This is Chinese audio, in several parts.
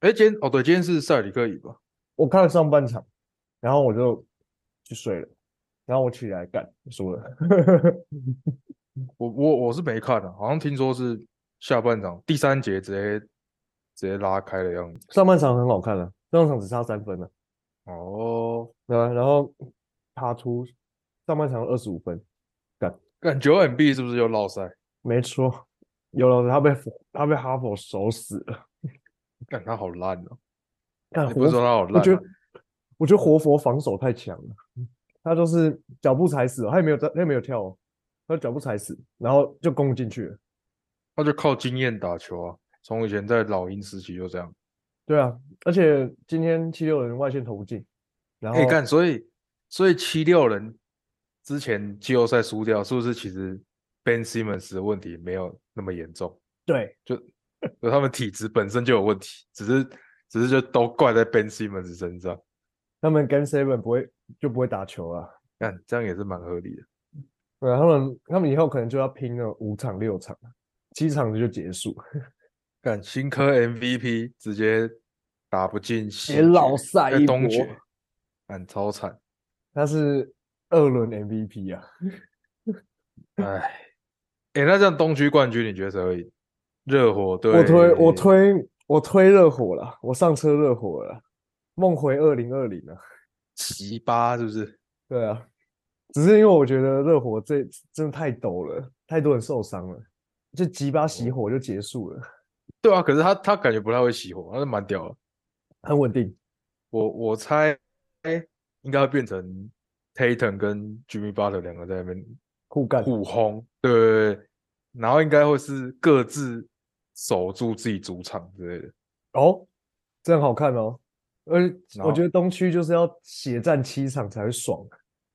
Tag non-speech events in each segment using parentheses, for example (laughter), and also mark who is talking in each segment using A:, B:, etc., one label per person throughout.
A: 哎，今天哦对，今天是塞尔里克赢吧？
B: 我看了上半场，然后我就去睡了，然后我起来干输了， (laughs)
A: 我我我是没看啊，好像听说是下半场第三节直接直接拉开的样子。
B: 上半场很好看啊，上半场只差三分了、
A: 哦，
B: 对吧？然后他出上半场二十五分，
A: 感觉 M B 是不是又落赛？
B: 没错，有老师他被他被哈佛守死了，
A: 感他好烂哦、
B: 看
A: 你不是
B: 活
A: 说他好
B: 我
A: 烂
B: 觉
A: 啊、
B: 得，我觉得活佛防守太强了，他就是脚步踩死哦，他也没有在，他也没有跳哦，他脚步踩死，然后就攻进去了。
A: 他就靠经验打球啊。从以前在老鹰时期就这样。
B: 对啊，而且今天七六人外线投不进，然
A: 可以
B: 后
A: 看，所以所以七六人之前季后赛输掉，是不是其实 Ben Simmons 的问题没有那么严重？
B: 对
A: 就他们体质本身就有问题，只是只是就都怪在 Ben Simmons 身上。
B: 他们跟 Seven 不会就不会打球啊，
A: 看这样也是蛮合理的。
B: 对啊，他们他们以后可能就要拼了五场六场，七场就结束，
A: 干新科 MVP 直接打不进西
B: 别哎老
A: 决
B: 赛
A: 在
B: 一
A: 东
B: 波
A: 决，干超惨。
B: 他是二轮 MVP 啊，
A: 哎，哎，那这样东区冠军你觉得谁会赢？热火对，
B: 我推我，推我推热火了，我上车热火了，梦回二零二零啊。
A: 奇葩是不是？
B: 对啊，只是因为我觉得热火这真的太陡了，太多人受伤了，就几把
A: 哦
B: 熄火就结束了，
A: 对啊，可是他他感觉不太会熄火，他是蛮屌的。
B: 很稳定。
A: 我我猜，哎，应该会变成 Tatum 跟 Jimmy Butler 两个在那边
B: 互干，
A: 互轰，对对对，然后应该会是各自守住自己主场之类的。
B: 哦，这样好看哦。而
A: 然
B: 我
A: 后
B: 觉得东区就是要血战七场才会爽。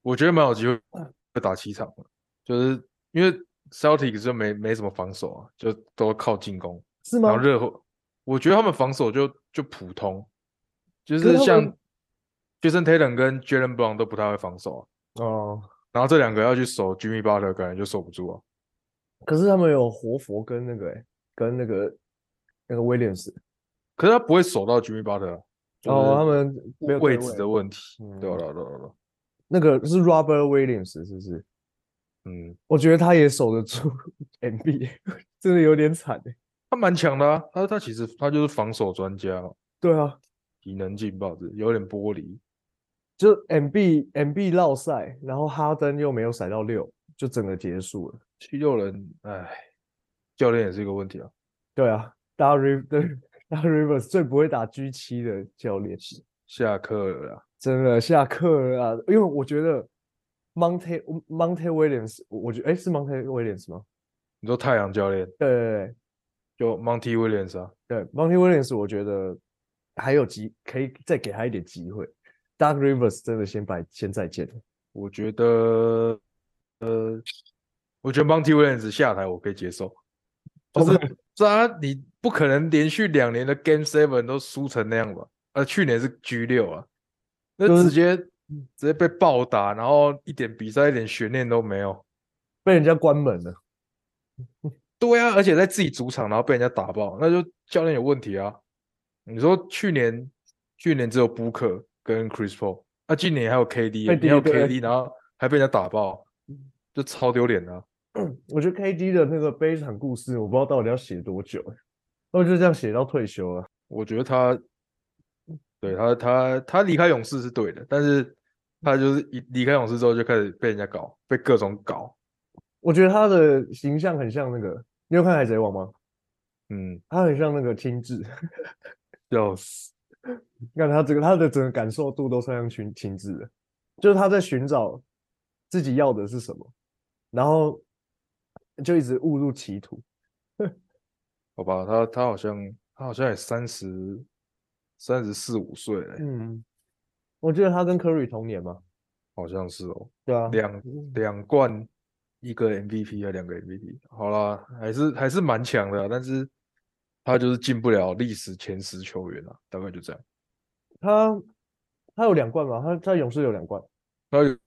A: 我觉得蛮有机会
B: 嗯
A: 会打七场的，就是因为 Celtics 就没没什么防守啊，就都靠进攻。
B: 是
A: 然后
B: 吗？
A: 热火，我觉得他们防守就就普通，就
B: 可是
A: 是
B: 他
A: 像
B: 们
A: Jason Tatum 跟 Jalen Brown 都不太会防守啊。
B: 哦，
A: 然后这两个要去守 Jimmy Butler，感觉就守不住啊。
B: 可是他们有活佛跟那个、欸、跟那个那个威廉斯
A: 可是他不会守到 Jimmy Butler，、啊、
B: 哦，他
A: 就是
B: 们没有
A: 位
B: 对
A: 置的问题。对啊
B: 嗯
A: 对啊对啊对啊，
B: 那个是 Robert Williams 是不是？
A: 嗯，
B: 我觉得他也守得住 (laughs) MB，真的有点惨哎、
A: 他蛮强的啊，他他其实他就是防守专家嘛，
B: 对啊，
A: 体能劲爆，只是有点玻璃。
B: 就 MB MB 落赛，然后哈登又没有甩到六，就整个结束了。
A: 七六人，哎，教练也是一个问题啊。
B: 对啊，大 River 大 Rivers 最不会打 G 七的教练，
A: 下课了啦，
B: 真的下课了啊！因为我觉得 Monte Monte Williams，我我觉得哎是 Monte Williams 吗？
A: 你说太阳教练
B: 对对
A: 就 Monty Williams 啊，
B: 对对，Monte Williams 我觉得还有机可以再给他一点机会。Dark Rivers 真的先拜先再见了，
A: 我觉得，呃，我觉得 Monty Williams 下台我可以接受，就是
B: OK
A: 这啊，你不可能连续两年的 Game Seven 都输成那样吧？呃，去年是 G 六啊，那
B: 就是
A: 直接直接被暴打，然后一点比赛一点悬念都没有。
B: 被人家关门了。
A: 对啊，而且在自己主场然后被人家打爆，那就教练有问题啊。你说去年去年只有 Booker 跟 Chris Paul，那、今年还有 KD，
B: 被
A: 你还有
B: 敌对
A: KD，然后还被人家打爆，就超丢脸的啊、
B: 我觉得 KD 的那个悲惨故事，我不知道到底要写多久欸，那我就这样写到退休了。
A: 我觉得他，对他他他离开勇士是对的，但是他就是一离开勇士之后就开始被人家搞，被各种搞。
B: 我觉得他的形象很像那个，你有看《海贼王》吗？
A: 嗯，
B: 他很像那个青雉，
A: 要死。
B: (laughs) 你看他这个他的整个感受度都超像青青雉的，就是他在寻找自己要的是什么，然后就一直误入歧途。
A: 好吧，他他好像他好像也三十三十四五岁了欸，
B: 嗯，我记得他跟 Curry 同年嘛，
A: 好像是哦。
B: 对啊，
A: 两两冠，一个 MVP 啊，两个 MVP。好啦，还是还是蛮强的啊、但是他就是进不了历史前十球员啊，大概就这样。
B: 他他有两冠嘛，他他勇士有两冠。
A: 然后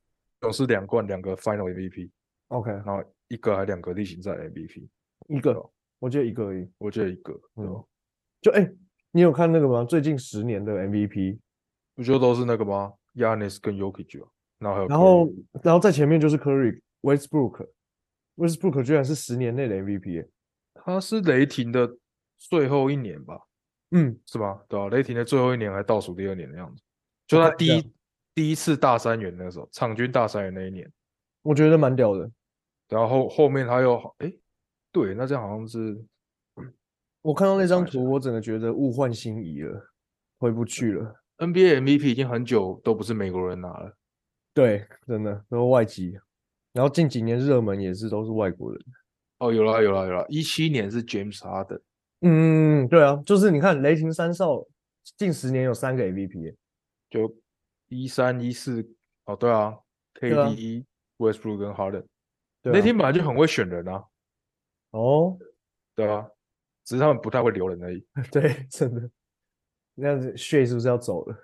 A: 勇士两冠，两个 Final MVP，
B: OK，哦
A: 然后一个还两个例行赛 MVP，
B: 一个，我记得一个而已。嗯哦
A: 我记得一个。对吧
B: 嗯，就哎、你有看那个吗？最近十年的 MVP，
A: 不就都是那个吗？Yanis 跟 Yokic 啊，然后还有
B: 然后然后在前面就是 Curry、Westbrook，Westbrook 居然是十年内的 MVP，耶
A: 他是雷霆的最后一年吧，
B: 嗯，
A: 是吧？对啊吧、雷霆的最后一年还倒数第二年的样子，就
B: 我
A: 他
B: 看
A: 第
B: 一下
A: 一第一次大三元那时候，场均大三元那一年，
B: 我觉得蛮屌的。
A: 然后后面他又哎，对，那这样好像是
B: 我看到那张
A: 看一下
B: 图，我整个觉得物换星移了，回不去了。
A: NBA MVP 已经很久都不是美国人拿了。
B: 对，真的都是外籍，然后近几年热门也是都是外国人。
A: 哦，有了有了有了，一七年是 James Harden，
B: 嗯，对啊，就是你看雷霆三少近十年有三个 MVP，耶
A: 就一三一四哦，对啊
B: 对啊
A: ，KD、Westbrook 跟 Harden，
B: 对
A: 雷
B: 啊
A: 霆本来就很会选人啊，
B: 哦，
A: 对啊，只是他们不太会留人而已。 (laughs)
B: 对，真的，那样子血是不是要走了？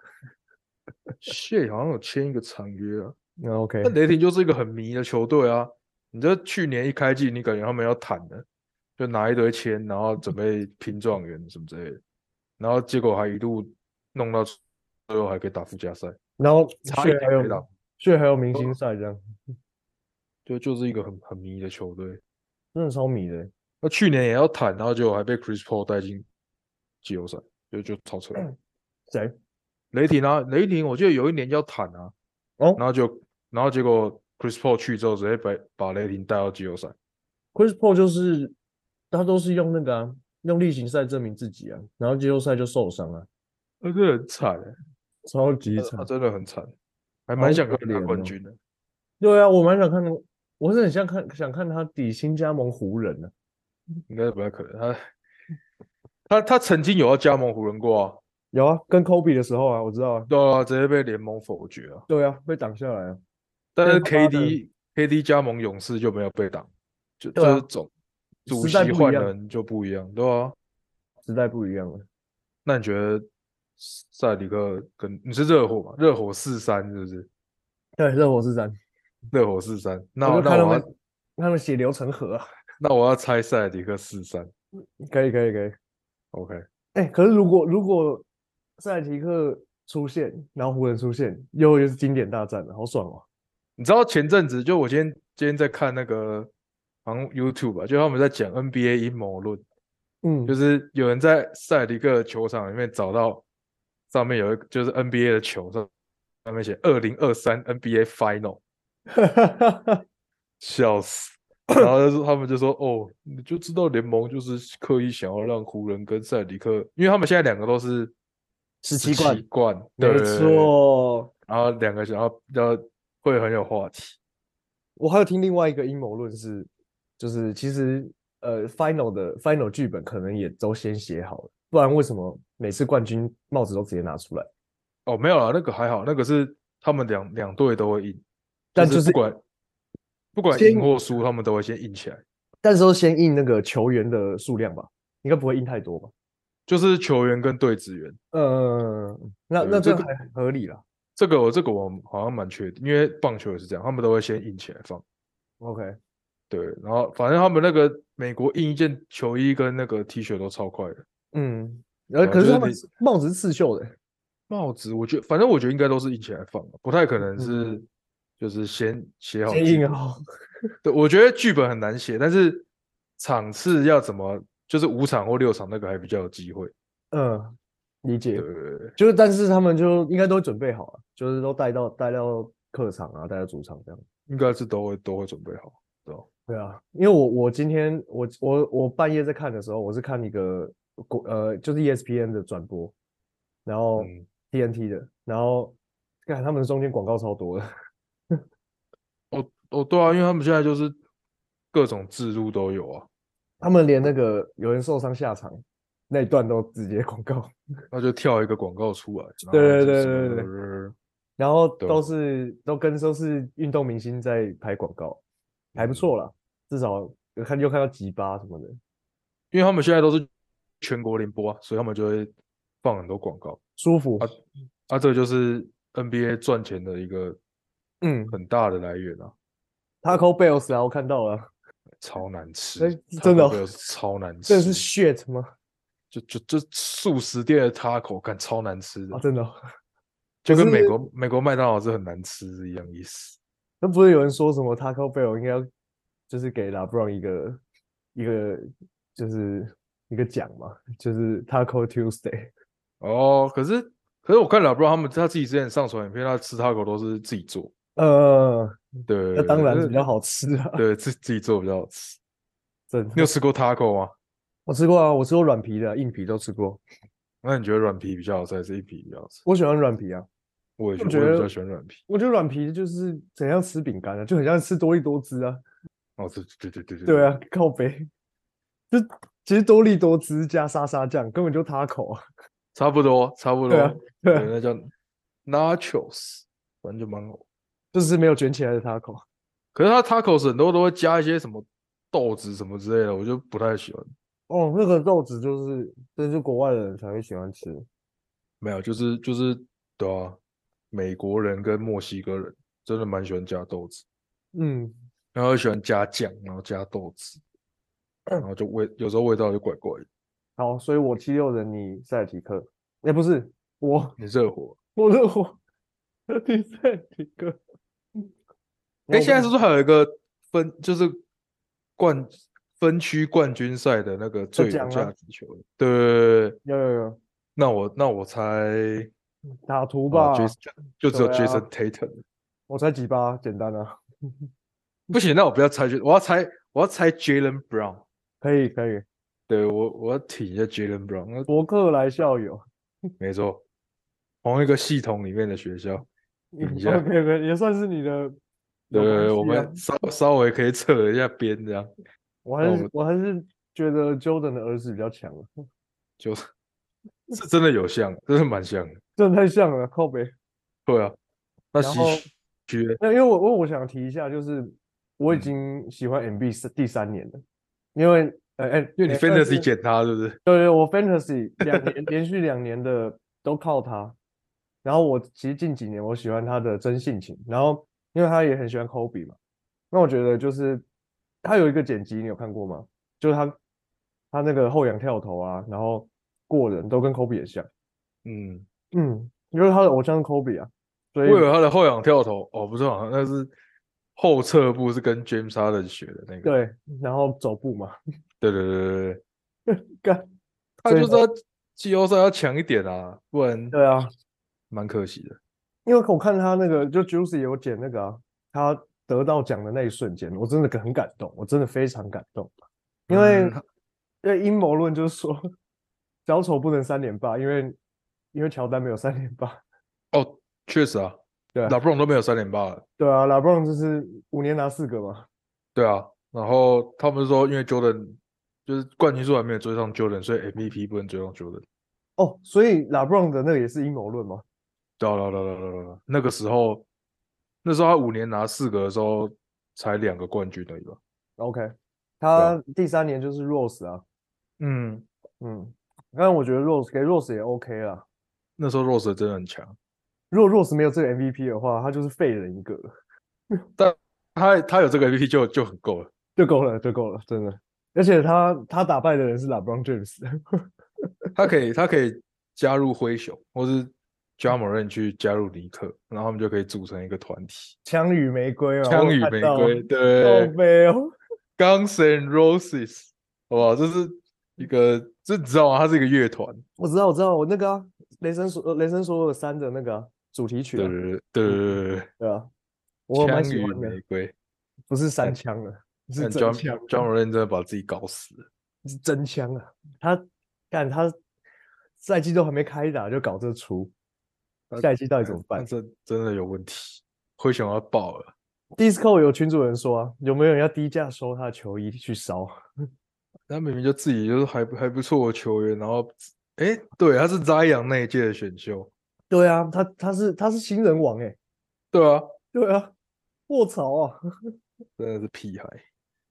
A: 谢好像有签一个长约啊，
B: 那 OK，
A: 那雷霆就是一个很迷的球队啊。你这去年一开季，你感觉他们要谈的，就拿一堆签，然后准备拼状元什么之类的，然后结果还一路弄到最后还可以打附加赛，
B: 然后
A: 差一
B: 血
A: 点哦
B: 还
A: 可以打
B: 有血还有明星赛这样，
A: 就就是一个很很迷的球队。
B: 真的超迷的耶。
A: 那去年也要谈，然后结果还被 Chris Paul 带进季后赛，就就超扯。
B: 谁？
A: 雷霆啊，雷霆，我记得有一年要谈啊，
B: 哦
A: 然后就然后结果 Chris Paul 去之后，直接把把雷霆带到季后赛。
B: Chris Paul 就是他都是用那个啊，用例行赛证明自己啊，然后季后赛就受伤啊，
A: 那真的很惨欸，
B: 超级
A: 他
B: 惨
A: 哦他。真的很惨，还
B: 好
A: 蛮想
B: 可
A: 跟他拿
B: 怜
A: 冠
B: 哦
A: 军的。
B: 对啊，我蛮想看的，我是很想看想看他底薪加盟湖人啊的、
A: 应该是不太可能。他他他曾经有要加盟湖人过啊，
B: 有啊，跟 Kobe 的时候啊，我知道啊，
A: 对啊，直接被联盟否决啊。
B: 对啊，被挡下来啊。
A: 但
B: 对
A: 是
B: 他妈的
A: KD KD 加盟勇士就没有被挡，就
B: 对啊
A: 这种主
B: 时代
A: 席
B: 不一
A: 换
B: 样
A: 人就不一样，对啊。
B: 时代不一样了。
A: 那你觉得塞里克跟你是热火嘛？热火四三是不是？
B: 对，热火是三，
A: 热火四三，那
B: 我就
A: 那
B: 看他
A: 我要
B: 们他们血流成河啊。
A: 那我要猜塞里克四三
B: 可以，可以，可以。
A: ，OK，
B: 哎、可是如果如果塞提克出现，然后湖人出现，又又是经典大战了，好爽哦！
A: 你知道前阵子就我今天今天在看那个好像 YouTube 吧，就他们在讲 NBA 阴谋论，
B: 嗯， (laughs)
A: 就是是有人在塞迪克球场里面找到上面有一个就是 NBA 的球上上面写二零二三 NBA Final，笑死。 (coughs) 然后就是他们就说哦，你就知道联盟就是刻意想要让湖人跟塞迪克，因为他们现在两个都是
B: 17冠
A: 冠，
B: 没
A: 对，
B: 错。
A: 然后两个想要要会很有话题。
B: 我还有听另外一个阴谋论是，就是其实呃，final 的 final 剧本可能也都先写好了，不然为什么每次冠军帽子都直接拿出来？
A: 哦，没有啦，那个还好，那个是他们两两队都会赢，
B: 但
A: 就
B: 就是
A: 不管不管
B: 先
A: 赢或输，他们都会先硬起来。
B: 但是都先印那个球员的数量吧，应该不会印太多吧？
A: 就是球员跟队职员，
B: 呃，那
A: 对
B: 那
A: 这
B: 这
A: 个
B: 还合理啦。
A: 这个我这个我好像蛮确定，因为棒球也是这样，他们都会先硬起来放。
B: OK，
A: 对，然后反正他们那个美国印一件球衣跟那个 T 恤都超快的，
B: 嗯，
A: 对
B: 呃，
A: 啊
B: 可
A: 就是
B: 他
A: 是
B: 们
A: 你
B: 是帽子是刺绣的，
A: 帽子我觉得反正我觉得应该都是硬起来放的，啊不太可能
B: 嗯
A: 是就是先写好
B: 先啊
A: 剧
B: 印
A: 本
B: 好。
A: 对，我觉得剧本很难写，但是场次要怎么就是五场或六场那个还比较有机会。
B: 嗯，理解
A: 对。对对
B: 就是，但是他们就应该都会准备好了，就是都带到带到客场啊，带到主场这样。
A: 应该是都会都会准备好，对吧？
B: 对啊，因为我我今天我我我半夜在看的时候，我是看一个国呃就是 ESPN 的转播，然后
A: 嗯
B: TNT 的，然后看他们中间广告超多的，
A: 哦哦，对啊，因为他们现在就是各种制度都有啊，
B: 他们连那个有人受伤下场那一段都直接广告，
A: 那就跳一个广告出来，然
B: 对
A: 后就
B: 对
A: 什
B: 对对对
A: 么
B: 然后
A: 对啊
B: 都是都跟都是运动明星在拍广告，还不
A: 嗯
B: 错啦，至少有看又看到吉巴什么的，
A: 因为他们现在都是全国联播啊，所以他们就会放很多广告
B: 舒服，
A: 啊啊，这个就是 NBA 赚钱的一个
B: 嗯
A: 很大的来源啊，
B: ，Taco Bells 啊，我看到了，
A: 超难吃
B: 哎，真的
A: Taco
B: 哦
A: Bell 是超难吃，
B: 这是 shit 吗？
A: 就就这素食店的 taco 感超难吃的
B: 啊，，真的哦、
A: 就跟
B: 可
A: 美
B: 是
A: 国美国麦当劳是很难吃是一样意思。
B: 那不是有人说什么 Taco Bell 应该要就是给 LeBron 一个一个就是一个奖嘛，就是 Taco Tuesday。
A: 哦，可是可是我看老布他们他自己之前上传影片，他吃 taco 都是自己做，
B: 呃，
A: 对，
B: 嗯那当然
A: 就是
B: 比较好吃啊，
A: 对，自自己做比较好吃。
B: 真
A: 你有
B: 的。
A: 吃过 taco 吗？
B: 我吃过啊，我吃过软皮的，硬皮都吃过。
A: 那你觉得软皮比较好吃，还是硬皮比较好吃？
B: 我喜欢软皮啊，
A: 我也觉
B: 我
A: 得
B: 觉
A: 我也比
B: 得
A: 较喜欢软皮。
B: 我觉得软皮就是怎样吃饼干啊，就很像吃多利多汁啊。
A: 哦，对对对对对
B: 对啊，，靠北，就其实多利多汁加沙沙酱根本就 Taco 啊。
A: 差不多差不多。
B: 对啊对啊
A: 那叫 nachos，反正就蛮好。
B: 就是没有卷起来的 taco，
A: 可是它 tacos 很多都会加一些什么豆子什么之类的，我就不太喜欢。
B: 哦，那个豆子就是，这是国外的人才会喜欢吃。
A: 没有，就是就是对啊，美国人跟墨西哥人真的蛮喜欢加豆子，
B: 嗯，
A: 然后喜欢加酱，然后加豆子，
B: 嗯
A: 然后就味有时候味道就怪怪的。
B: 好，所以我七六人，你塞尔提克，哎，不是我，
A: 你热火？
B: 我热火，你塞尔提克。
A: 哎、
B: 我
A: 现在
B: 不
A: 是不是还有一个分就是冠分区冠军赛的那个最有
B: 奖啊
A: 价
B: 吗
A: 值球员？对对对对，
B: 有有有
A: 那我那我猜
B: 打图吧
A: 啊，，Jason 就只有
B: 对啊
A: Jason Tatum。
B: 我才几八，简单啊，
A: 不行，那我不要猜，我要猜，我要猜 Jalen Brown。
B: 可以可以。
A: 对我，我要挺一下 Jalen Brown。那
B: 伯克莱校友
A: 没错，同一个系统里面的学校。等一下
B: ，OK OK，也算是你的有
A: 嗯对
B: 关
A: 对，我
B: 系啊
A: 们稍稍微可以扯一下边，这样
B: 我
A: 那
B: 还
A: 我
B: 是
A: 们
B: 我还是觉得 Jordan 的儿子比较强啊， (laughs)
A: 就是是真的有像，真的蛮像的。
B: 真的太像了，靠北。
A: 对啊，那
B: 然
A: 西
B: 后
A: 区嘞
B: 那因为我我我想提一下，就是我已
A: 嗯
B: 经喜欢 MB 是第三年了，因为呃哎，
A: 因为你
B: 哎算
A: Fantasy
B: 是
A: 捡他是不是？
B: 对对，我 Fantasy 两年连续两年的都靠他，然后我其实近几年我喜欢他的真性情，然后因为他也很喜欢 Kobe 嘛，那我觉得就是他有一个剪辑，你有看过吗？就是他他那个后仰跳投啊，然后过人都跟 Kobe 也像，
A: 嗯，
B: 嗯，因为他的偶像是 Kobe 啊，所
A: 我
B: 以
A: 以为他的后仰跳投，哦，不是好像那是后撤步是跟 James Harden 学的那个。
B: 对，然后走步嘛， (laughs)
A: 对对对对对。
B: 干，
A: 他
B: 所以
A: 就是要季后赛要强一点啊，不然
B: 对啊，
A: 蛮可惜的。
B: 因为我看他那个，就 Juicy 有剪那个啊，他得到奖的那一瞬间，我真的很感动，我真的非常感动，因为、
A: 嗯
B: 因为阴谋论就是说，小丑不能三连霸，因为因为乔丹没有三连霸，
A: 哦，确实啊，
B: 对啊
A: 老布朗都没有三连霸了。
B: 对啊，LeBron 就是五年拿四个嘛，
A: 对啊，然后他们说因为 Jordan 就是冠军数还没有追上 Jordan，所以 MVP 不能追上 Jordan。
B: 哦，所以 LeBron 的那个也是阴谋论嘛，
A: 对啊，对啊对啊对啊对啊对啊那个时候，那时候他五年拿四个的时候才两个冠军而已吧。
B: OK，
A: 啊
B: 他第三年就是 Rose 啊，
A: 嗯，
B: 嗯，但我觉得 Rose 给 Rose 也 OK 啦，
A: 那时候 Rose 真的很强，
B: 如果 Rose 没有这个 MVP 的话，他就是废人一个了。
A: 他他有这个 MVP 就就很够了。
B: 就够了，就够了，真的。而且他他打败的人是 LeBron James， (laughs)
A: 他可以，他可以加入灰熊，或是 j a m a r a n 去加入尼克，然后他们就可以组成一个团体。
B: 枪与玫瑰嘛，
A: 枪
B: 啊我有
A: 与
B: 看
A: 玫
B: 到
A: 瑰，
B: 靠
A: 对
B: 背哦，
A: ，Guns and Roses，好不好？这是一个，这你知道吗？它是一个乐团，
B: 我知道，我知道，我那个啊，雷神索呃雷神索尔三的那个啊主题曲
A: 对
B: 啊，
A: 对对对对对
B: 对啊，我
A: 对，
B: 蛮
A: 枪
B: 喜
A: 与
B: 欢的
A: 玫，瑰。
B: 不是三枪了，是
A: 但
B: 真
A: John
B: 枪，
A: John m a r a n 真的把自己搞死了，
B: 是真枪啊！他干他赛季都还没开打就搞这出，
A: 他
B: 下一季到底怎么办
A: 这哎真的有问题，灰熊要爆了。
B: ？Disco 有群主人说啊，有没有人要低价收他的球衣去烧？ (laughs)
A: 他明明就自己就是还不还不错的球员，然后，哎，对，他是扎养那一届的选秀，
B: 对啊，他他是他是新人王哎、
A: 对啊，
B: 对啊，卧槽啊！
A: 真的是屁孩。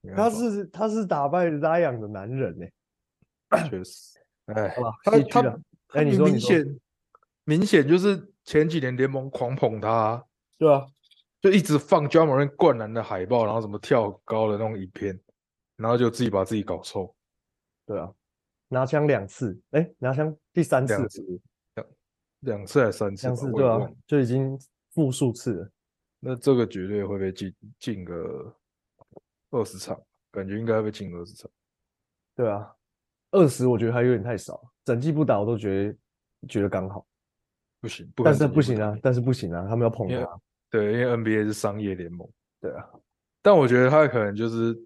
A: 没
B: 他
A: 办法
B: 是他是打败 Zion 的男人欸呢、
A: 确实，哎
B: 好，吧，
A: 他
B: 戏
A: 他
B: 剧了。
A: 他
B: 哦哎你
A: 明
B: 说你
A: 明
B: 说
A: 显明显就是前几年联盟狂捧他啊，
B: 对啊，
A: 就一直放 j a m a r 灌篮的海报，然后什么跳高的那种影片，然后就自己把自己搞臭。
B: 对啊，拿枪两次，哎，拿枪第三次
A: 两
B: 了，
A: 次，两两次还是三次吧？
B: 两次
A: 我
B: 对
A: 也
B: 啊
A: 忘了，
B: 就已经复数次了。
A: 那这个绝对会被禁禁个二十场，感觉应该被禁二十场。
B: 对啊，二十我觉得还有点太少，整季不打我都觉得觉得刚好，
A: 不行，不
B: 但
A: 可
B: 是
A: 能
B: 不
A: 整季
B: 行啊
A: 打，
B: 但是不行啊，他们要捧
A: 因为
B: 他，
A: 对，因为 NBA 是商业联盟，
B: 对啊，
A: 但我觉得他可能就是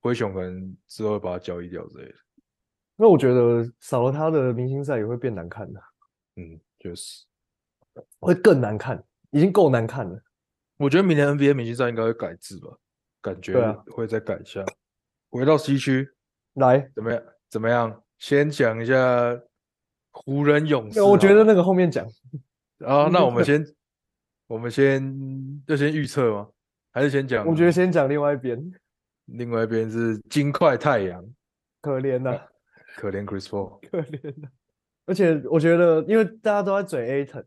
A: 灰熊，可能之后会把他交易掉之类的。
B: 那我觉得少了他的明星赛也会变难看的，
A: 嗯，确实，
B: 会更难看，已经够难看了。
A: 我觉得明年 NBA 明星赛应该会改制吧，感觉
B: 对啊
A: 会再改一下。回到西区
B: 来，
A: 怎么样？怎么样？先讲一下湖人勇士好了。
B: 我觉得那个后面讲，
A: 啊，那
B: 那 (laughs)
A: 我们先，我们先要先预测吗？还是先讲？
B: 我觉得先讲另外一边，
A: 另外一边是金块太阳，
B: 可怜啊
A: 哎
B: 呐、
A: 可怜 Chris Paul。
B: 可怜呐、而且我觉得，因为大家都在嘴 A 腾，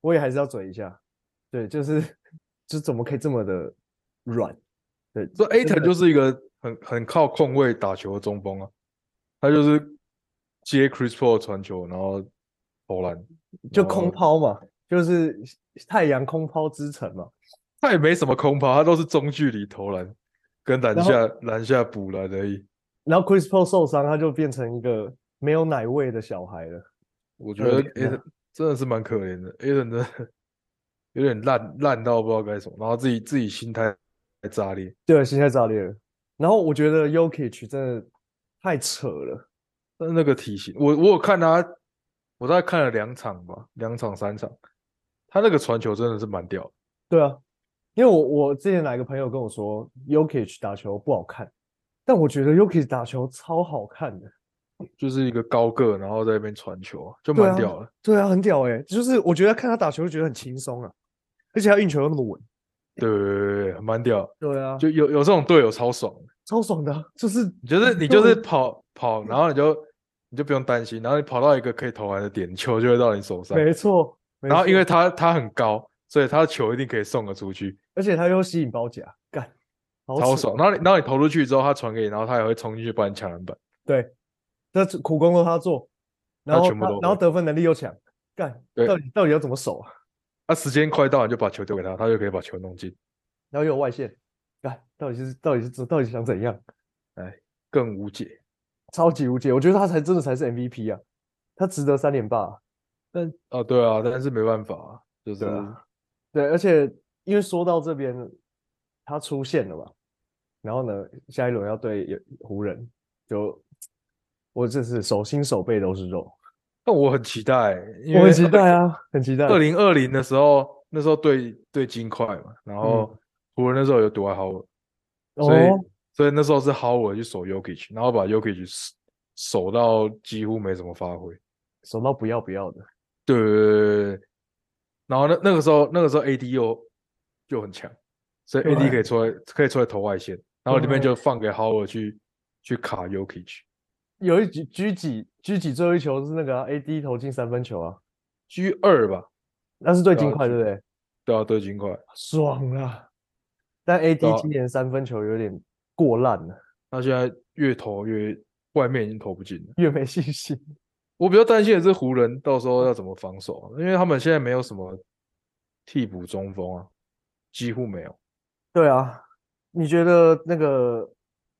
B: 我也还是要嘴一下，对，就是就怎么可以这么的软，对，
A: 这 A
B: 真
A: 腾
B: 的
A: 就是一个很很靠控位打球的中锋啊，他就是接 Chris Paul 传球，然后投篮，
B: 就
A: 然
B: 空
A: 后
B: 抛嘛，就是太阳空抛之城嘛。
A: 他也没什么空抛，他都是中距离投篮跟篮
B: 然后
A: 下篮下补篮而已。
B: 然后 Chris Paul 受伤，他就变成一个没有奶味的小孩了。
A: 我觉得
B: 可怜
A: A
B: 啊
A: 腾真的是蛮可怜的，A 腾真的有点烂烂到不知道该什么，然后自己自己心态太炸裂。
B: 对，心态炸裂了。然后我觉得 Yokich 真的太扯了，
A: 但是那个体型，我我有看他，我大概看了两场吧，两场三场，他那个传球真的是蛮屌的。
B: 对啊，因为我我之前哪个朋友跟我说 Yokich 打球不好看，但我觉得 Yokich 打球超好看的。
A: 就是一个高个，然后在那边传球，就
B: 对
A: 蛮
B: 啊
A: 屌的。
B: 对啊，很屌哎、就是我觉得看他打球就觉得很轻松啊，而且他运球又那么稳。
A: 对对对对对，蛮屌。
B: 对啊，
A: 就有有这种队友超爽的，
B: 超爽的啊，就是
A: 你就是你
B: 对 (laughs)
A: 就是跑跑，然后你就你就不用担心，然后你跑到一个可以投篮的点，球就会到你手上。
B: 没错。没
A: 啊然后因
B: 错
A: 为他他很高，所以他的球一定可以送得出去，
B: 而且他又吸引包夹，干，好
A: 超
B: 扯。
A: 爽。然后你然后你投出去之后，他传给你，然后他也会冲进去帮你抢篮板。
B: 对，这苦工都他做，然
A: 他
B: 后
A: 全部
B: 他
A: 都
B: 然后
A: 会
B: 得分能力又强，干，
A: 对
B: 到底到底要怎么守啊？
A: 那、时间快到，你就把球丢给他，他就可以把球弄进。
B: 然后又有外线，干，到底是到底是到底想怎样？
A: 更无解，
B: 超级无解，我觉得他才真的才是 MVP 啊，他值得三连霸啊、
A: 但哦对啊，但是没办法啊，就是
B: 对啊对，而且因为说到这边，他出现了嘛，然后呢，下一轮要对有湖人，就我真是手心手背都是肉，
A: 但我很期待，因
B: 我
A: 为
B: 很期待啊，
A: (laughs)
B: 很期待。
A: 二零二零的时候，那时候对对金块嘛，然后湖人那时候有独爱好我，所以、
B: 哦，
A: 所以那时候是好我去守 Yokich，然后把 Yokich 守到几乎没怎么发挥。
B: 手到不要不要的，
A: 对对对对对。然后那那个时候那个时候 AD 又又很强，所以
B: 对
A: AD 可以出来可以出来投外线，然后里面
B: 对
A: 就放给 Howard 去去卡 Yokich。
B: 有一局狙几狙几最后一球是那个、啊、AD 投进三分球啊，
A: G 二吧，
B: 那是对
A: 对啊
B: 金块对不对？
A: 对啊，对金块，
B: 爽啊！但
A: 对啊
B: AD 今年三分球有点过烂了，
A: 他现在越投越外面已经投不进了。
B: 越没信心。
A: 我比较担心的是湖人到时候要怎么防守啊，因为他们现在没有什么替补中锋啊，几乎没有。
B: 对啊，你觉得那个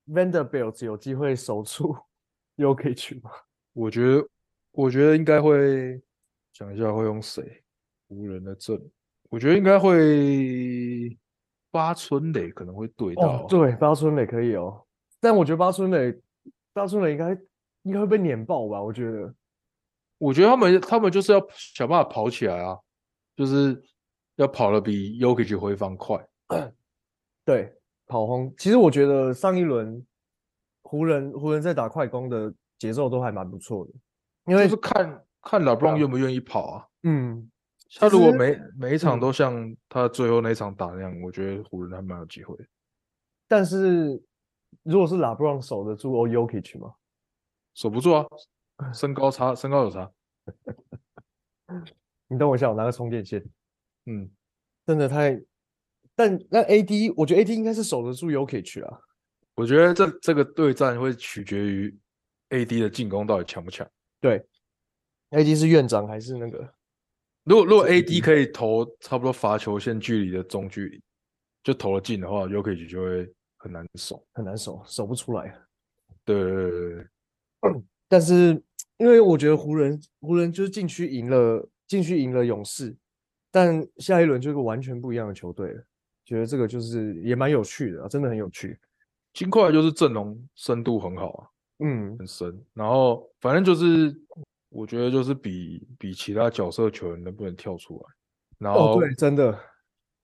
B: Vanderbilt 有机会守住 (laughs) u k 去吗？
A: 我觉得，我觉得应该会想一下会用谁，湖人的阵，我觉得应该会八村垒可能会对到
B: 哦
A: 啊，，
B: 对，八村垒可以哦，但我觉得八村垒八村垒应该应该会被碾爆吧？我觉得
A: 我觉得他们他们就是要想办法跑起来啊，就是要跑得比 Yokic 回防快。
B: 对，跑轰。其实我觉得上一轮湖人湖人在打快攻的节奏都还蛮不错的，因为
A: 就是看看老布朗愿不愿意跑啊。
B: 嗯，
A: 他如果
B: 实
A: 每每一场
B: 嗯
A: 都像他最后那一场打那样，我觉得湖人还蛮有机会的。
B: 但是如果是拉布朗守得住 o y o k i c 吗？
A: 守不住啊，身高差，身高有差。
B: 你等我一下，我拿个充电线。
A: 嗯，
B: 真的太，但那 AD 我觉得 AD 应该是守得住 y o k i c 啊。
A: 我觉得这这个对战会取决于 AD 的进攻到底强不强。
B: AD 是院长还是那个？
A: 如果如果
B: 这
A: AD 可以投差不多罚球线距离的中距离，就投了进的话 u k i 就会很难守。
B: 很难守，守不出来。
A: 对对对对对，
B: 但是因为我觉得湖人湖人就是禁区赢了，禁区赢了勇士，但下一轮就是个完全不一样的球队了。觉得这个就是也蛮有趣的啊、真的很有趣。
A: 金块就是阵容深度很好啊，
B: 嗯，
A: 很深。然后反正就是我觉得就是比比其他角色球员能不能跳出来。然
B: 哦
A: 后
B: 对，真的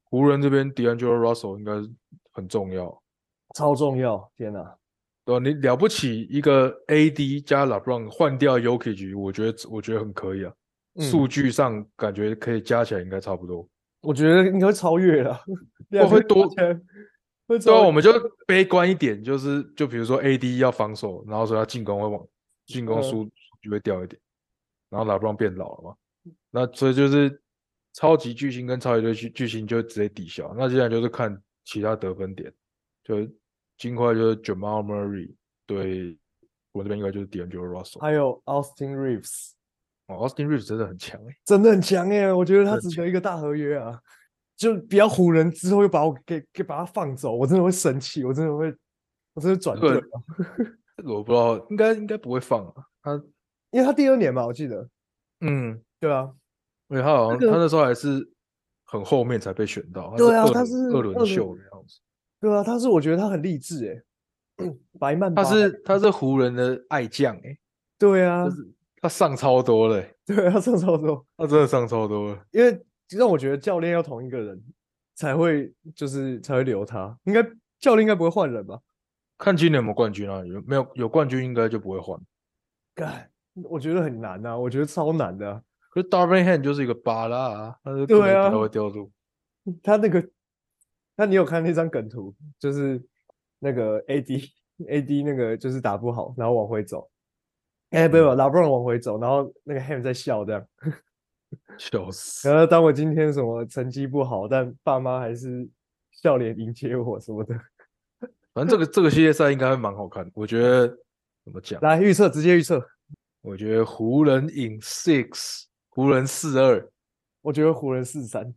A: 湖人这边 D'Angelo Russell 应该是很重要，
B: 超重要。天哪，
A: 对吧？你了不起一个 AD 加 LeBron 换掉 u k i 我觉得我觉得很可以啊。
B: 嗯
A: 数据上感觉可以加起来应该差不多。
B: 我觉得应该会超越了，两
A: 会
B: 个
A: 多
B: 加起来会
A: 对啊，
B: 超
A: 我
B: 越
A: 们就悲观一点，就是就比如说 AD 要防守，然后说他进攻会往进攻
B: 嗯
A: 数数据会掉一点，然后 LeBron 变老了嘛，那所以就是超级巨星跟超级队巨巨星就直接抵消，那接下来就是看其他得分点，就尽快就是 Jamal Murray 对我这边应该就是 D'Angelo Russell，
B: 还有 Austin Reeves
A: 哦，Austin Reeves 真的很强哎、
B: 真的很强耶，我觉得他
A: 很
B: 值得一个大合约啊。就比较湖人之后又把我给给把他放走，我真的会生气，我真的会，我真的转
A: 这个
B: 队啊，
A: 这个我不知道，应该应该不会放啊，他
B: 因为他第二年嘛，我记得，
A: 嗯，
B: 对啊，
A: 而且他好像
B: 这个
A: 他那时候还是很后面才被选到，他
B: 对啊
A: 二
B: 他
A: 轮
B: 是
A: 二
B: 二
A: 轮
B: 轮
A: 秀的样子。
B: 对啊，但是我觉得他很励志哎， (clears throat) 白曼
A: 他
B: 巴
A: 是他是湖人的爱将哎、
B: 对啊
A: 就，是他上超多了欸、
B: (laughs) 对啊，上超多，
A: 他真的上超多了。
B: 因为让我觉得教练要同一个人才会就是才会留他，应该教练应该不会换人吧？
A: 看今年有没有冠军啊？有没有有冠军应该就不会换。
B: 干，我觉得很难呐、啊，我觉得超难的啊、
A: 可是 Darvin Ham 就是一个巴拉啊，他是
B: 对
A: 根本
B: 啊
A: 不太会调度。
B: 他那个，那你有看那张梗图，就是那个 AD (laughs) AD 那个就是打不好，然后往回走，哎、不不，
A: 嗯
B: 拉布朗往回走，然后那个 Ham 在笑这样。
A: (laughs) 笑死！
B: 然后当我今天什么成绩不好，但爸妈还是笑脸迎接我什么的。
A: 反正这个这个系列赛应该会蛮好看的，我觉得怎么讲？
B: 来预测，直接预测，
A: 我觉得湖人赢 six，湖人四二
B: 我觉得湖人四三。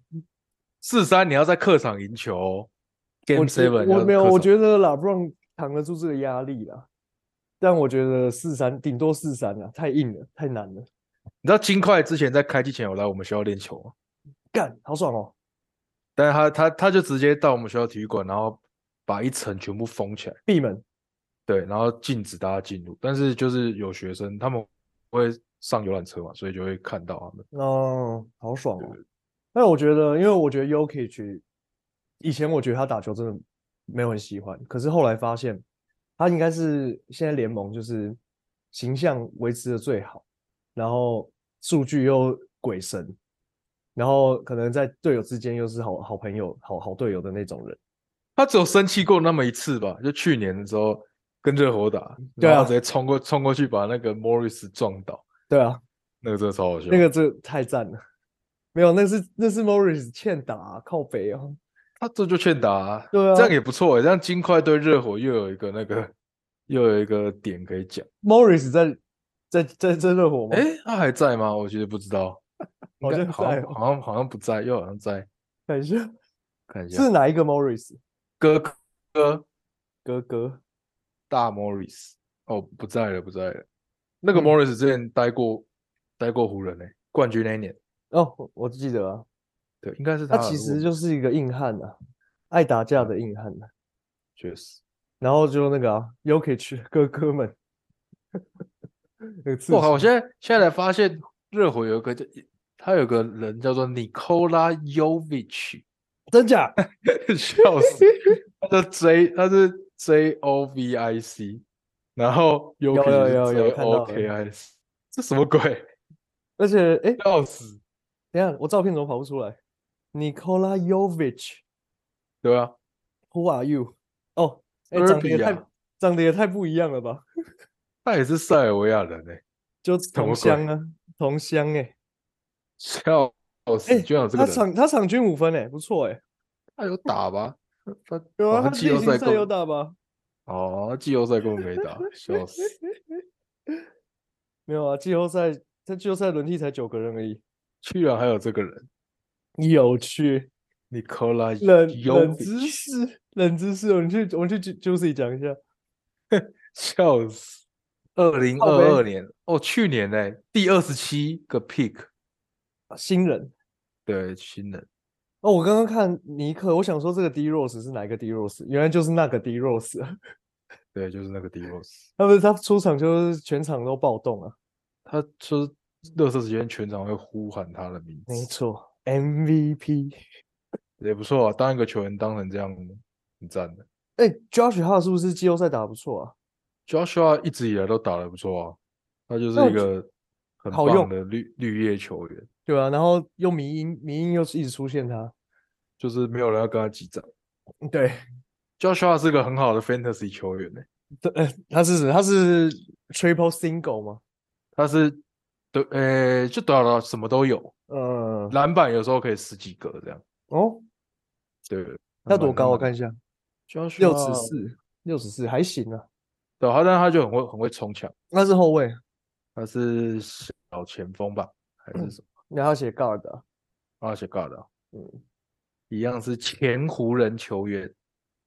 A: 四三，你要在客场赢球哦。
B: 我
A: Game
B: 觉
A: Seven，
B: 我没有，
A: 得
B: 我觉得拉布朗扛得住这个压力啦。但我觉得四三顶多四三啊，太硬了，太难了，
A: 你知道金块之前在开机前有来我们学校练球吗？
B: 干好爽哦！
A: 但是他他他就直接到我们学校体育馆，然后把一层全部封起来，
B: 闭门
A: 对，然后禁止大家进入。但是就是有学生他们会上游览车嘛，所以就会看到他们。
B: 哦，好爽哦！但我觉得，因为我觉得 y o k i c 以前我觉得他打球真的没有很喜欢，可是后来发现他应该是现在联盟就是形象维持的最好，然后数据又鬼神，然后可能在队友之间又是好好朋友、好好队友的那种人。
A: 他只有生气过那么一次吧，就去年的时候跟热火打，
B: 对啊
A: 然后他直接冲过冲过去把那个 Morris 撞倒，
B: 对啊，
A: 那个真的超好笑。
B: 那个这太赞了。没有，那是那是 Morris 欠打啊、靠北哦。
A: 他这就劝打、啊，
B: 对
A: 这
B: 啊
A: 样也不错、欸，这样金块对热火又有一个那个又有一个点可以讲。
B: Morris 在在在在热火吗？
A: 哎、他还在吗？我其实不知道，应
B: 好
A: 该
B: 像
A: 好
B: 在
A: 像
B: 哦
A: 好像好像不在，又好像在。
B: 等一下，
A: 看一下
B: (laughs) 是哪一个 Morris？
A: 哥哥
B: 哥哥，
A: 大 Morris 哦，不在了，不在了。那个
B: 嗯
A: Morris 之前待过、待过湖人呢、冠军那一年，
B: 哦，我我记得啊，
A: 对，应该是
B: 他
A: 他啊。
B: 其
A: 如果
B: 实就是一个硬汉啊，爱打架的硬汉啊。
A: 嗯确实，
B: 然后就那个啊 y o k i c 哥哥们， (laughs) 那个刺
A: 我靠！我
B: 激
A: 现在现在才发现热火有一个叫他有个人叫做 Nikola Jovic， (laughs)
B: 真假？
A: 笑死！他叫 J，他是 J O V I C，然后 Jokic
B: 有
A: 是
B: 有有
A: J
B: 看到
A: O K I C，这什么鬼？
B: 而且，哎，
A: 笑死！
B: 等一下，我照片怎么跑不出来？Nikola Jovic，Who
A: 对啊，
B: are you？哦，哎，长得也
A: Serbia
B: 太长得也太不一样了吧？
A: 他也是塞尔维亚人哎、
B: 就
A: 么
B: 同
A: 鬼
B: 乡啊，同乡哎，
A: 笑死！
B: 哎
A: 居然有这个
B: 他
A: 人，
B: 场他场均五分哎，不错哎，
A: 他有打吧？他
B: (laughs) 有
A: 哦
B: 啊，
A: 他
B: 他
A: 季
B: 自己
A: 后
B: 行
A: 赛
B: 赛有
A: 够
B: 打吧？ (laughs)
A: 哦，他季后赛根本没打，笑死！
B: 没有啊，季后赛他季后赛轮替才九个人而已，
A: 居然还有这个人
B: 有趣，
A: ，Nikola
B: 冷
A: y o
B: 冷
A: v
B: 知识，冷知识，我们去我们去 j u i c y 讲一下，
A: 笑死！二零
B: 靠
A: 二二
B: 北
A: 年哦，去年呢、第二十七个 pick，
B: 新人
A: 对新人，
B: 哦，我刚刚看尼克，我想说这个 D Rose 是哪一个 D Rose，原来就是那个 D Rose，啊 (laughs)
A: 对，就是那个 d o s
B: 他不是他出场就是全场都暴动啊，
A: 他说热射时间全场会呼喊他的名
B: 没
A: 字，
B: 错，MVP。
A: 也不错啊。当一个球员当成这样，很赞的。
B: 哎、j o s h 他是不是季后赛打得不错啊？
A: Joshua 一直以来都打得不错啊，他就是
B: 那我
A: 一
B: 觉
A: 个很
B: 好
A: 棒
B: 用
A: 的绿绿叶球员，
B: 对啊，然后又迷音，迷音又是一直出现他。
A: 就是没有人要跟他击掌。
B: 对，
A: Joshua 是个很好的 fantasy 球员呢、欸
B: 对，呃他是什他是 triple single 吗？
A: 他是对，呃、就打了什么都有，
B: 嗯，
A: 篮板有时候可以十几个这样。
B: 哦，
A: 对，
B: 他多高？我啊看一下，
A: Joshua
B: 六尺，四，六尺四还行啊。
A: 对，他但是他就很会很会冲抢，
B: 那是后卫，
A: 他是小前锋吧，还
B: 嗯
A: 是什么？
B: 然后写高尔的，
A: 阿且尬的，啊
B: 嗯，
A: 一样是前湖人球员，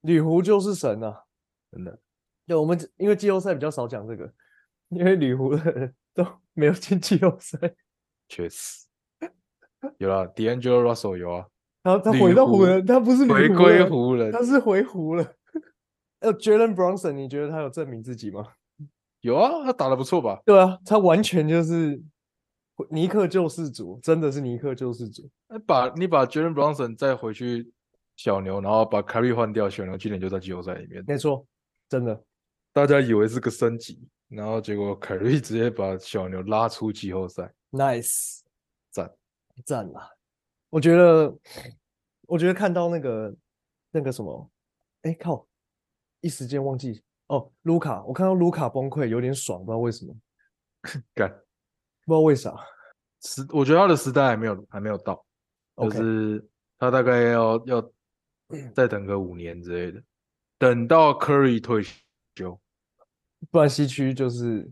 B: 吕胡就是神啊。
A: 真的。
B: 对，我们只因为季后赛比较少讲这个，因为吕胡的人都没有进季后赛，
A: 确实 (laughs) 有了 D'Angelo Russell 有啊，
B: 然后他
A: 吕
B: 回到
A: 胡
B: 湖人，他不
A: (laughs)
B: 是
A: 回
B: 吕胡
A: 归
B: 人
A: 湖人
B: 他是回湖了。呃，Jalen Bronson，你觉得他有证明自己吗？
A: 有啊，他打得不错吧？
B: 对啊，他完全就是尼克救世主，真的是尼克救世主。
A: 那把你把 Jalen Brunson 再回去小牛，然后把 Curry 换掉，小牛今年就在季后赛里面。
B: 没错，真的
A: 大家以为是个升级，然后结果凯瑞直接把小牛拉出季后赛。
B: nice，
A: 赞
B: 赞啦！我觉得，我觉得看到那个那个什么，哎靠，一时间忘记哦，卢卡，我看到卢卡崩溃有点爽，不知道为什么，
A: (laughs) 干
B: 不知道
A: (laughs)
B: 为啥。
A: 时，我觉得他的时代还没有还没有到，就
B: OK，
A: 是他大概要要再等个五年之类的，等到 Curry 退休
B: 不然西区就是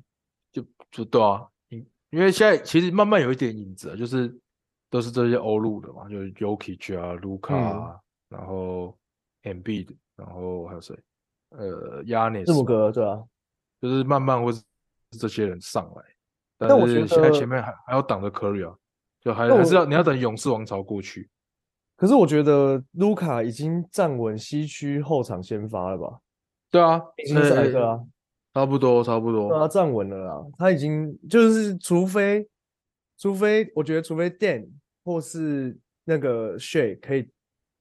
A: 就就对啊，因因为现在其实慢慢有一点影子啊，就是都是这些欧陆的嘛，就是 Yokich 啊、卢
B: 嗯
A: 卡、啊，然后 m b 的，然后还有谁？呃 y a n i
B: 字
A: s
B: 母哥，对啊，
A: 就是慢慢会是这些人上来，但
B: 但我
A: 是
B: 觉
A: 现在
B: 得
A: 前面还还要挡着 Curry 啊，就还
B: 但
A: 还是
B: 我
A: 要你要等勇士王朝过去。
B: 可是我觉得卢卡已经站稳西区后场先发了吧？
A: 对啊，
B: 已经是
A: 呃
B: 对啊，
A: 差不多差不
B: 对啊，
A: 多。
B: 站稳了啦。他已经就是，除非，除非我觉得，除非 Dan 或是那个 Shay 可以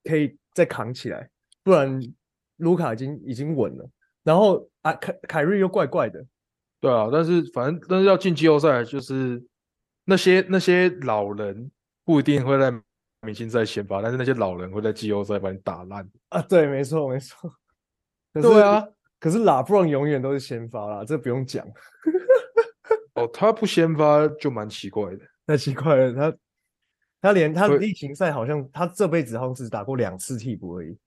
B: 可以再扛起来，不然卢卡已经已经稳了。然后啊，凯凯瑞又怪怪的，
A: 对啊，但是反正但是要进季后赛，就是那些那些老人不一定会在明星赛先发，但是那些老人会在季后赛把你打烂。
B: 啊，对，没错没错。可
A: 对
B: 是
A: 啊，
B: 可是拉布朗永远都是先发啦，这不用讲，
A: 哦，他不先发就蛮奇怪的。
B: 太奇怪了。他他连他
A: 对
B: 例行赛好像他这辈子好像只打过两次替补而已。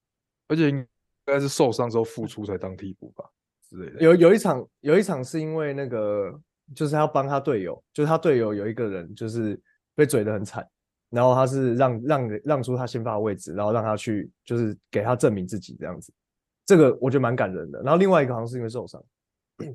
A: 而且应该是受伤之后复出才当替补吧之类的。
B: 有有一场有一场是因为那个，就是他要帮他队友，就是他队友有一个人就是被嘴得很惨，然后他是让让人让出他先发的位置，然后让他去就是给他证明自己这样子，这个我觉得蛮感人的。然后另外一个好像是因为受伤，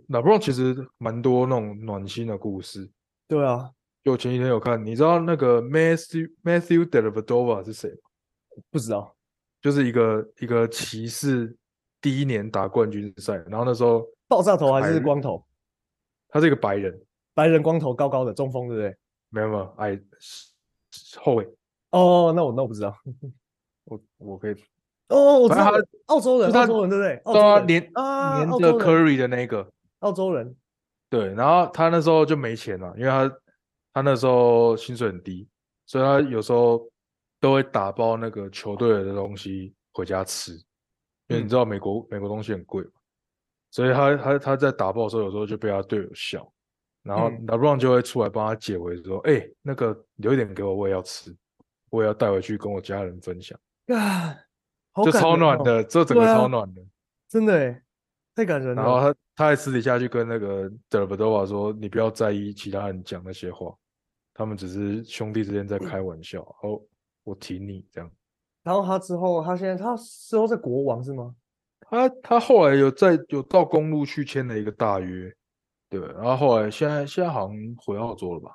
A: 那不 n 其实蛮多那种暖心的故事，
B: 对啊，
A: 就我前几天有看，你知道那个 Matthew Matthew Dellavedova 是谁吗？
B: 不知道，
A: 就是一个一个骑士第一年打冠军赛，然后那时候
B: 爆炸头还
A: 凯
B: 是
A: 瑞
B: 光头，
A: 他是一个白人，
B: 白人光头高高的中锋，对不对？
A: 没有没有，矮后卫，
B: 哦，那我那我不知道，
A: 我我可以，
B: 哦，我知
A: 反正
B: 道
A: 他
B: 了，澳洲人，
A: 就是
B: 澳
A: 他
B: 洲人对不对？澳
A: 对啊
B: 洲，人
A: 连
B: 啊，
A: 连
B: 澳
A: 着
B: 洲人，
A: Curry 的那个，
B: 澳洲人，
A: 对，然后他那时候就没钱了，因为他他那时候薪水很低，所以他有时候都会打包那个球队的东西回家吃，因为你
B: 嗯
A: 知道美国美国东西很贵嘛，所以他他他在打包的时候，有时候就被他队友笑，然后
B: 嗯
A: LeBron 就会出来帮他解围，说：“哎、那个留一点给我，我也要吃，我也要带回去跟我家人分享。”
B: 啊，好
A: 就
B: 感
A: 超
B: 人
A: 暖
B: 哦，
A: 的，这整个
B: 对
A: 超
B: 啊
A: 暖的。
B: 真的欸太感人
A: 然后
B: 了。
A: 他他还私底下去跟那个德尔伯多瓦说：“你不要在意其他人讲那些话，他们只是兄弟之间
B: 嗯
A: 在开玩笑。哦，我挺你这样。
B: 然后他之后，他现在他之后在国王是吗？
A: 他他后来有在有到公路去签了一个大约，对，然后后来现在现在好像回澳洲了吧？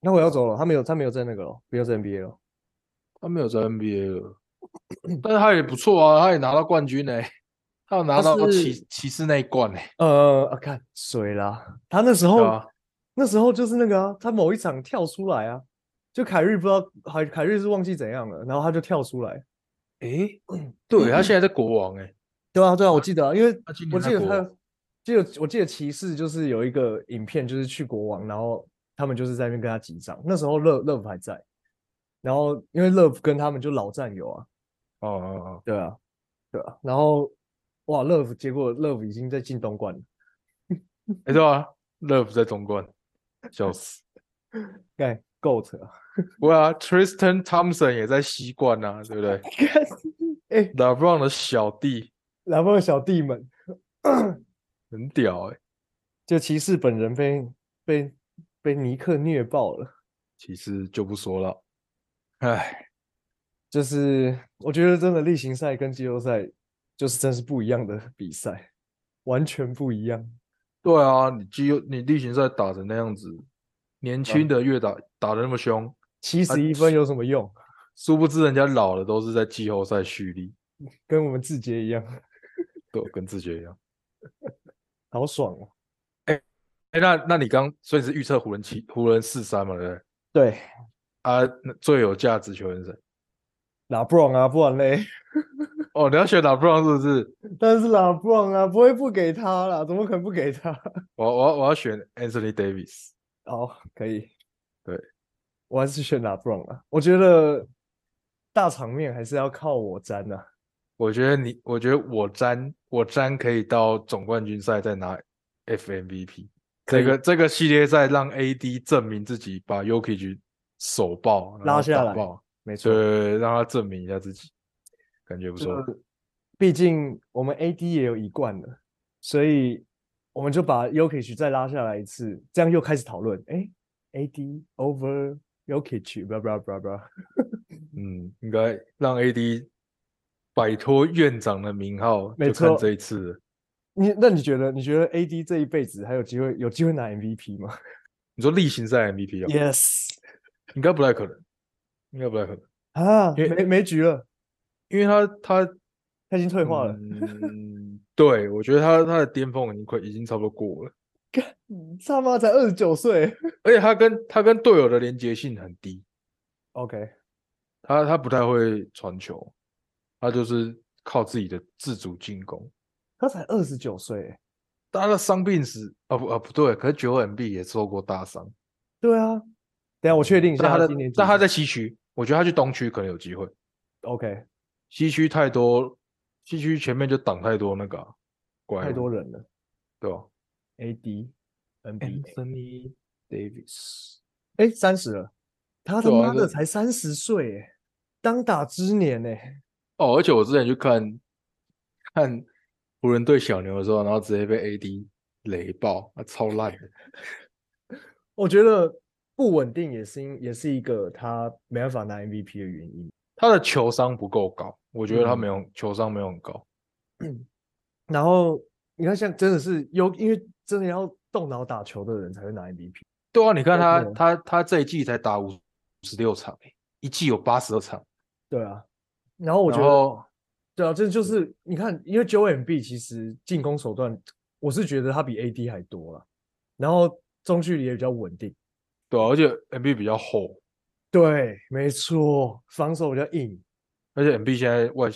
B: 那我要走了，他没有他没有在那个了，没有在 NBA 了。
A: 他没有在 NBA 了，但是他也不错啊，他也拿到冠军呢、他有拿
B: 他
A: 到骑
B: 是
A: 骑士那一冠呢、
B: 呃，啊，看水啦，他那时
A: 对
B: 候、
A: 啊
B: 那时候就是那个啊，他某一场跳出来啊，就凯瑞不知道凯凯瑞是忘记怎样了，然后他就跳出来。
A: 诶，对他现在在国王哎、
B: 对啊，对啊，我记得啊，因为
A: 他今
B: 嗯我
A: 年在
B: 记
A: 嗯
B: 得
A: 国
B: 他
A: 王，哦
B: 记得我记得骑士就是有一个影片，就是去国王，然后他们就是在那边跟他击掌。那时候乐乐福还在，然后因为乐福跟他们就老战友啊，
A: 哦哦哦，
B: 对啊，对啊。然后哇，乐福结果乐福已经在进东冠了，
A: 哎、对啊，Love 在东冠，笑死。
B: 盖 GOAT 啊！
A: 不会啊，Tristan Thompson 也在西冠啊，对不对
B: 哎，
A: ？LeBron 的小弟
B: 然后小弟们，
A: 很屌哎、
B: 就骑士本人被被被尼克虐爆了。
A: 其实就不说了。哎，
B: 就是我觉得真的例行赛跟季后赛就是真是不一样的比赛，完全不一样。
A: 对啊，你季后你例行赛打成那样子，年轻的越打、打的那么凶，
B: 七十一分有什么用？
A: 殊不知人家老了都是在季后赛蓄力，
B: 跟我们志杰一样，
A: 对，跟自觉一样。
B: 好爽哦。
A: 哎，那那你刚所以你是预测湖人七湖人四三嘛，对不对？
B: 对，
A: 啊，那最有价值球员是谁？
B: 拉布朗啊，不然嘞， (laughs)
A: 哦，你要选 LeBron 是不是？
B: 但是拉布朗啊，不会不给他啦，怎么可能不给他？
A: 我我要我要选 Anthony Davis。
B: 好，哦可以。
A: 对，
B: 我还是选拉布朗啊。我觉得大场面还是要靠我沾呐、
A: 我觉得你，我觉得我詹，我詹可以到总冠军赛再拿 FMVP。
B: 可
A: 这
B: 以
A: 个这个系列赛让 AD 证明自己，把 Yokich 手爆然
B: 拉
A: 后
B: 下
A: 打
B: 来
A: 爆，
B: 没错，
A: 对，让他证明一下自己，感觉不错。
B: 毕竟我们 AD 也有一冠了，所以我们就把 Yokich 再拉下来一次，这样又开始讨论，哎，AD over Yokich，blah blah blah blah。
A: 嗯，应该让 AD 摆脱院长的名号，
B: 没
A: 就看
B: 错
A: 这一次了。
B: 你那你觉得你觉得 AD 这一辈子还有机会有机会拿 MVP 吗
A: 你说例行赛 MVP 啊？
B: ？Yes
A: 应该不太可能，应该不太可能，
B: 啊，
A: 因为
B: 没没局了，
A: 因为他他
B: 他已经退化了，
A: 嗯，对，我觉得他他的巅峰已经快已经差不多过了。
B: 嗯他妈才二十九岁。
A: 而且他跟他跟队友的连接性很低，
B: OK，
A: 他他不太会传球，他就是靠自己的自主进攻。
B: 他才二十九岁欸，
A: 但他的伤病史啊不啊不对，可是九 M B 也受过大伤，
B: 对啊。等一下我确定一下
A: 但他的
B: 今年几
A: 但他
B: 岁
A: 在哎西区，我觉得他去东区可能有机会，
B: OK
A: 西区太多，西区前面就挡太多那个啊、怪
B: 太
A: 物
B: 多人了
A: 对吧
B: ，AD NBA。
A: ？Anthony Davis，
B: 哎，三十了，他他
A: 对啊
B: 妈的
A: 这
B: 才三十岁哎，当打之年哎，
A: 哦，而且我之前去看看湖人队小牛的时候，然后直接被 A D 雷爆，啊、超烂的。
B: 我觉得不稳定也是因也是一个他没办法拿 MVP 的原因。
A: 他的球商不够高，我觉得他
B: 嗯
A: 没有、球商没有很高。
B: 然后你看，像真的是有，因为真的要动脑打球的人才会拿 MVP。
A: 对啊，你看
B: 对
A: 他
B: 对
A: 他他这一季才打五十六场、欸，一季有八十二场，
B: 对啊，然后我觉
A: 然
B: 得，
A: 后
B: 对啊，这就是你看，因为 Joel b 其实进攻手段，我是觉得他比 AD 还多了，然后中距离也比较稳定。
A: 对啊、而且 MB 比较厚，
B: 对，没错，防守比较硬。
A: 而且 MB 现在外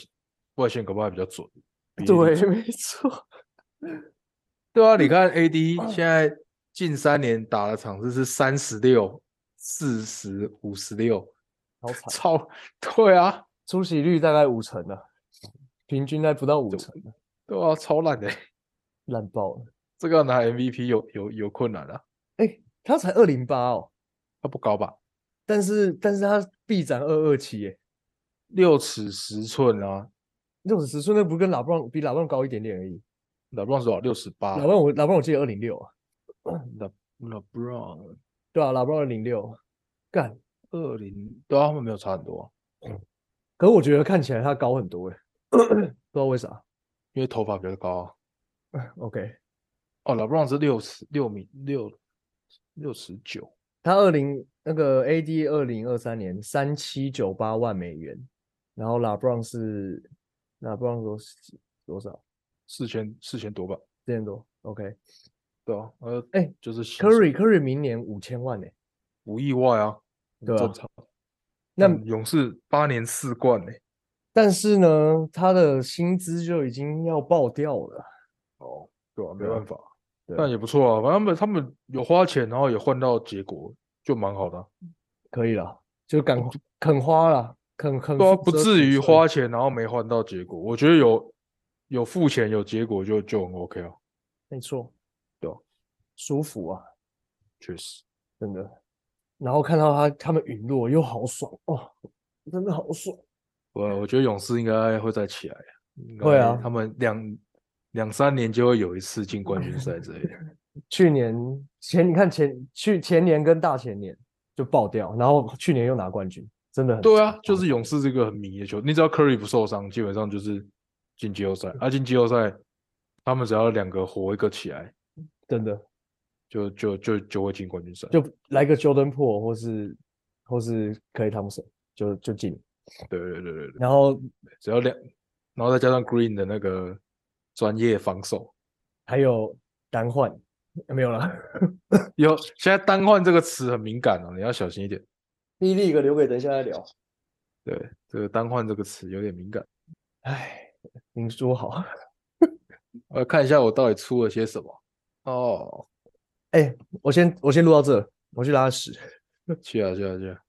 A: 外线搞不好还比较准。比 AD
B: 对，
A: 准
B: 没错。
A: 对啊，你看 AD 现在近三年打的场次是三十六、四十、五十六，
B: 好惨，
A: 超对啊，
B: 出席率大概五成啊，平均在不到五成啊，
A: 对啊，超烂的欸、
B: 烂爆了。
A: 这个要拿 MVP 有有有困难啊，
B: 哎，他才二零八哦，
A: 他不高吧？
B: 但是但是他臂展二二七耶，
A: 六尺十寸啊，
B: 六十尺寸那不是跟拉布朗比拉布朗高一点点而已。
A: 老布朗是多少？六十八
B: 老。布朗我老布朗我记得二零六啊，
A: 老老布朗
B: 对啊，老布朗二零六，干，
A: 二零，对啊，他们没有差很多啊、
B: 可是我觉得看起来他高很
A: (coughs)
B: 多哎、不知道为啥。
A: 因为头发比较高啊、
B: OK，
A: 哦，老布朗是六十六米六六十九，
B: 他二零那个 AD 二零二三年三七九八万美元，然后拉布朗是拉布朗多多少？
A: 四千四千多吧？
B: 四千多。OK，
A: 对啊，呃，
B: 哎
A: 就是薪水
B: Curry Curry 明年五千万呢、欸
A: 不意外啊，很
B: 对啊
A: 正常。
B: 那
A: 但勇士八年四冠欸呢、
B: 但是呢，他的薪资就已经要爆掉了。
A: 哦，对啊，没
B: 对啊
A: 办法，
B: 对
A: 但也不错啊，反正他们他们有花钱，然后也换到结果，就蛮好的啊、
B: 可以了，就敢肯花了，肯肯
A: 对啊，
B: 付
A: 不
B: 奢
A: 至
B: 侈
A: 于
B: 税
A: 花钱然后没换到结果，我觉得有有付钱有结果就就很 OK 啊，
B: 没错，
A: 对啊
B: 舒服啊，
A: 确实。
B: 真的。然后看到他他们陨落又好爽哦，真的好爽。
A: 我我觉得勇士应该会再起来，应
B: 会啊
A: 该他们两两三年就会有一次进冠军赛之
B: (laughs)
A: 类的。
B: 去年前你看前去前年跟大前年就爆掉，然后去年又拿冠军，真的很
A: 对
B: 扯
A: 啊，就是勇士这个很迷的球，你只要 Curry 不受伤，基本上就是进季后赛。啊，进季后赛，他们只要两个活一个起来，
B: 真的
A: 就就就就会进冠军赛。
B: 就来个 Jordan p o o 或是或是可以汤普森就就进，
A: 对对对对对，
B: 然后
A: 只要两，然后再加上 Green 的那个专业防守，
B: 还有单换没有了。
A: 有现在单换这个词很敏感哦，你要小心一点。
B: 第一个留给等一下再聊。
A: 对，这个单换这个词有点敏感。
B: 唉，您说好。
A: 我看一下我到底出了些什么。哦，
B: 哎、我先我先录到这，我去拉屎。
A: 去啊去啊去啊！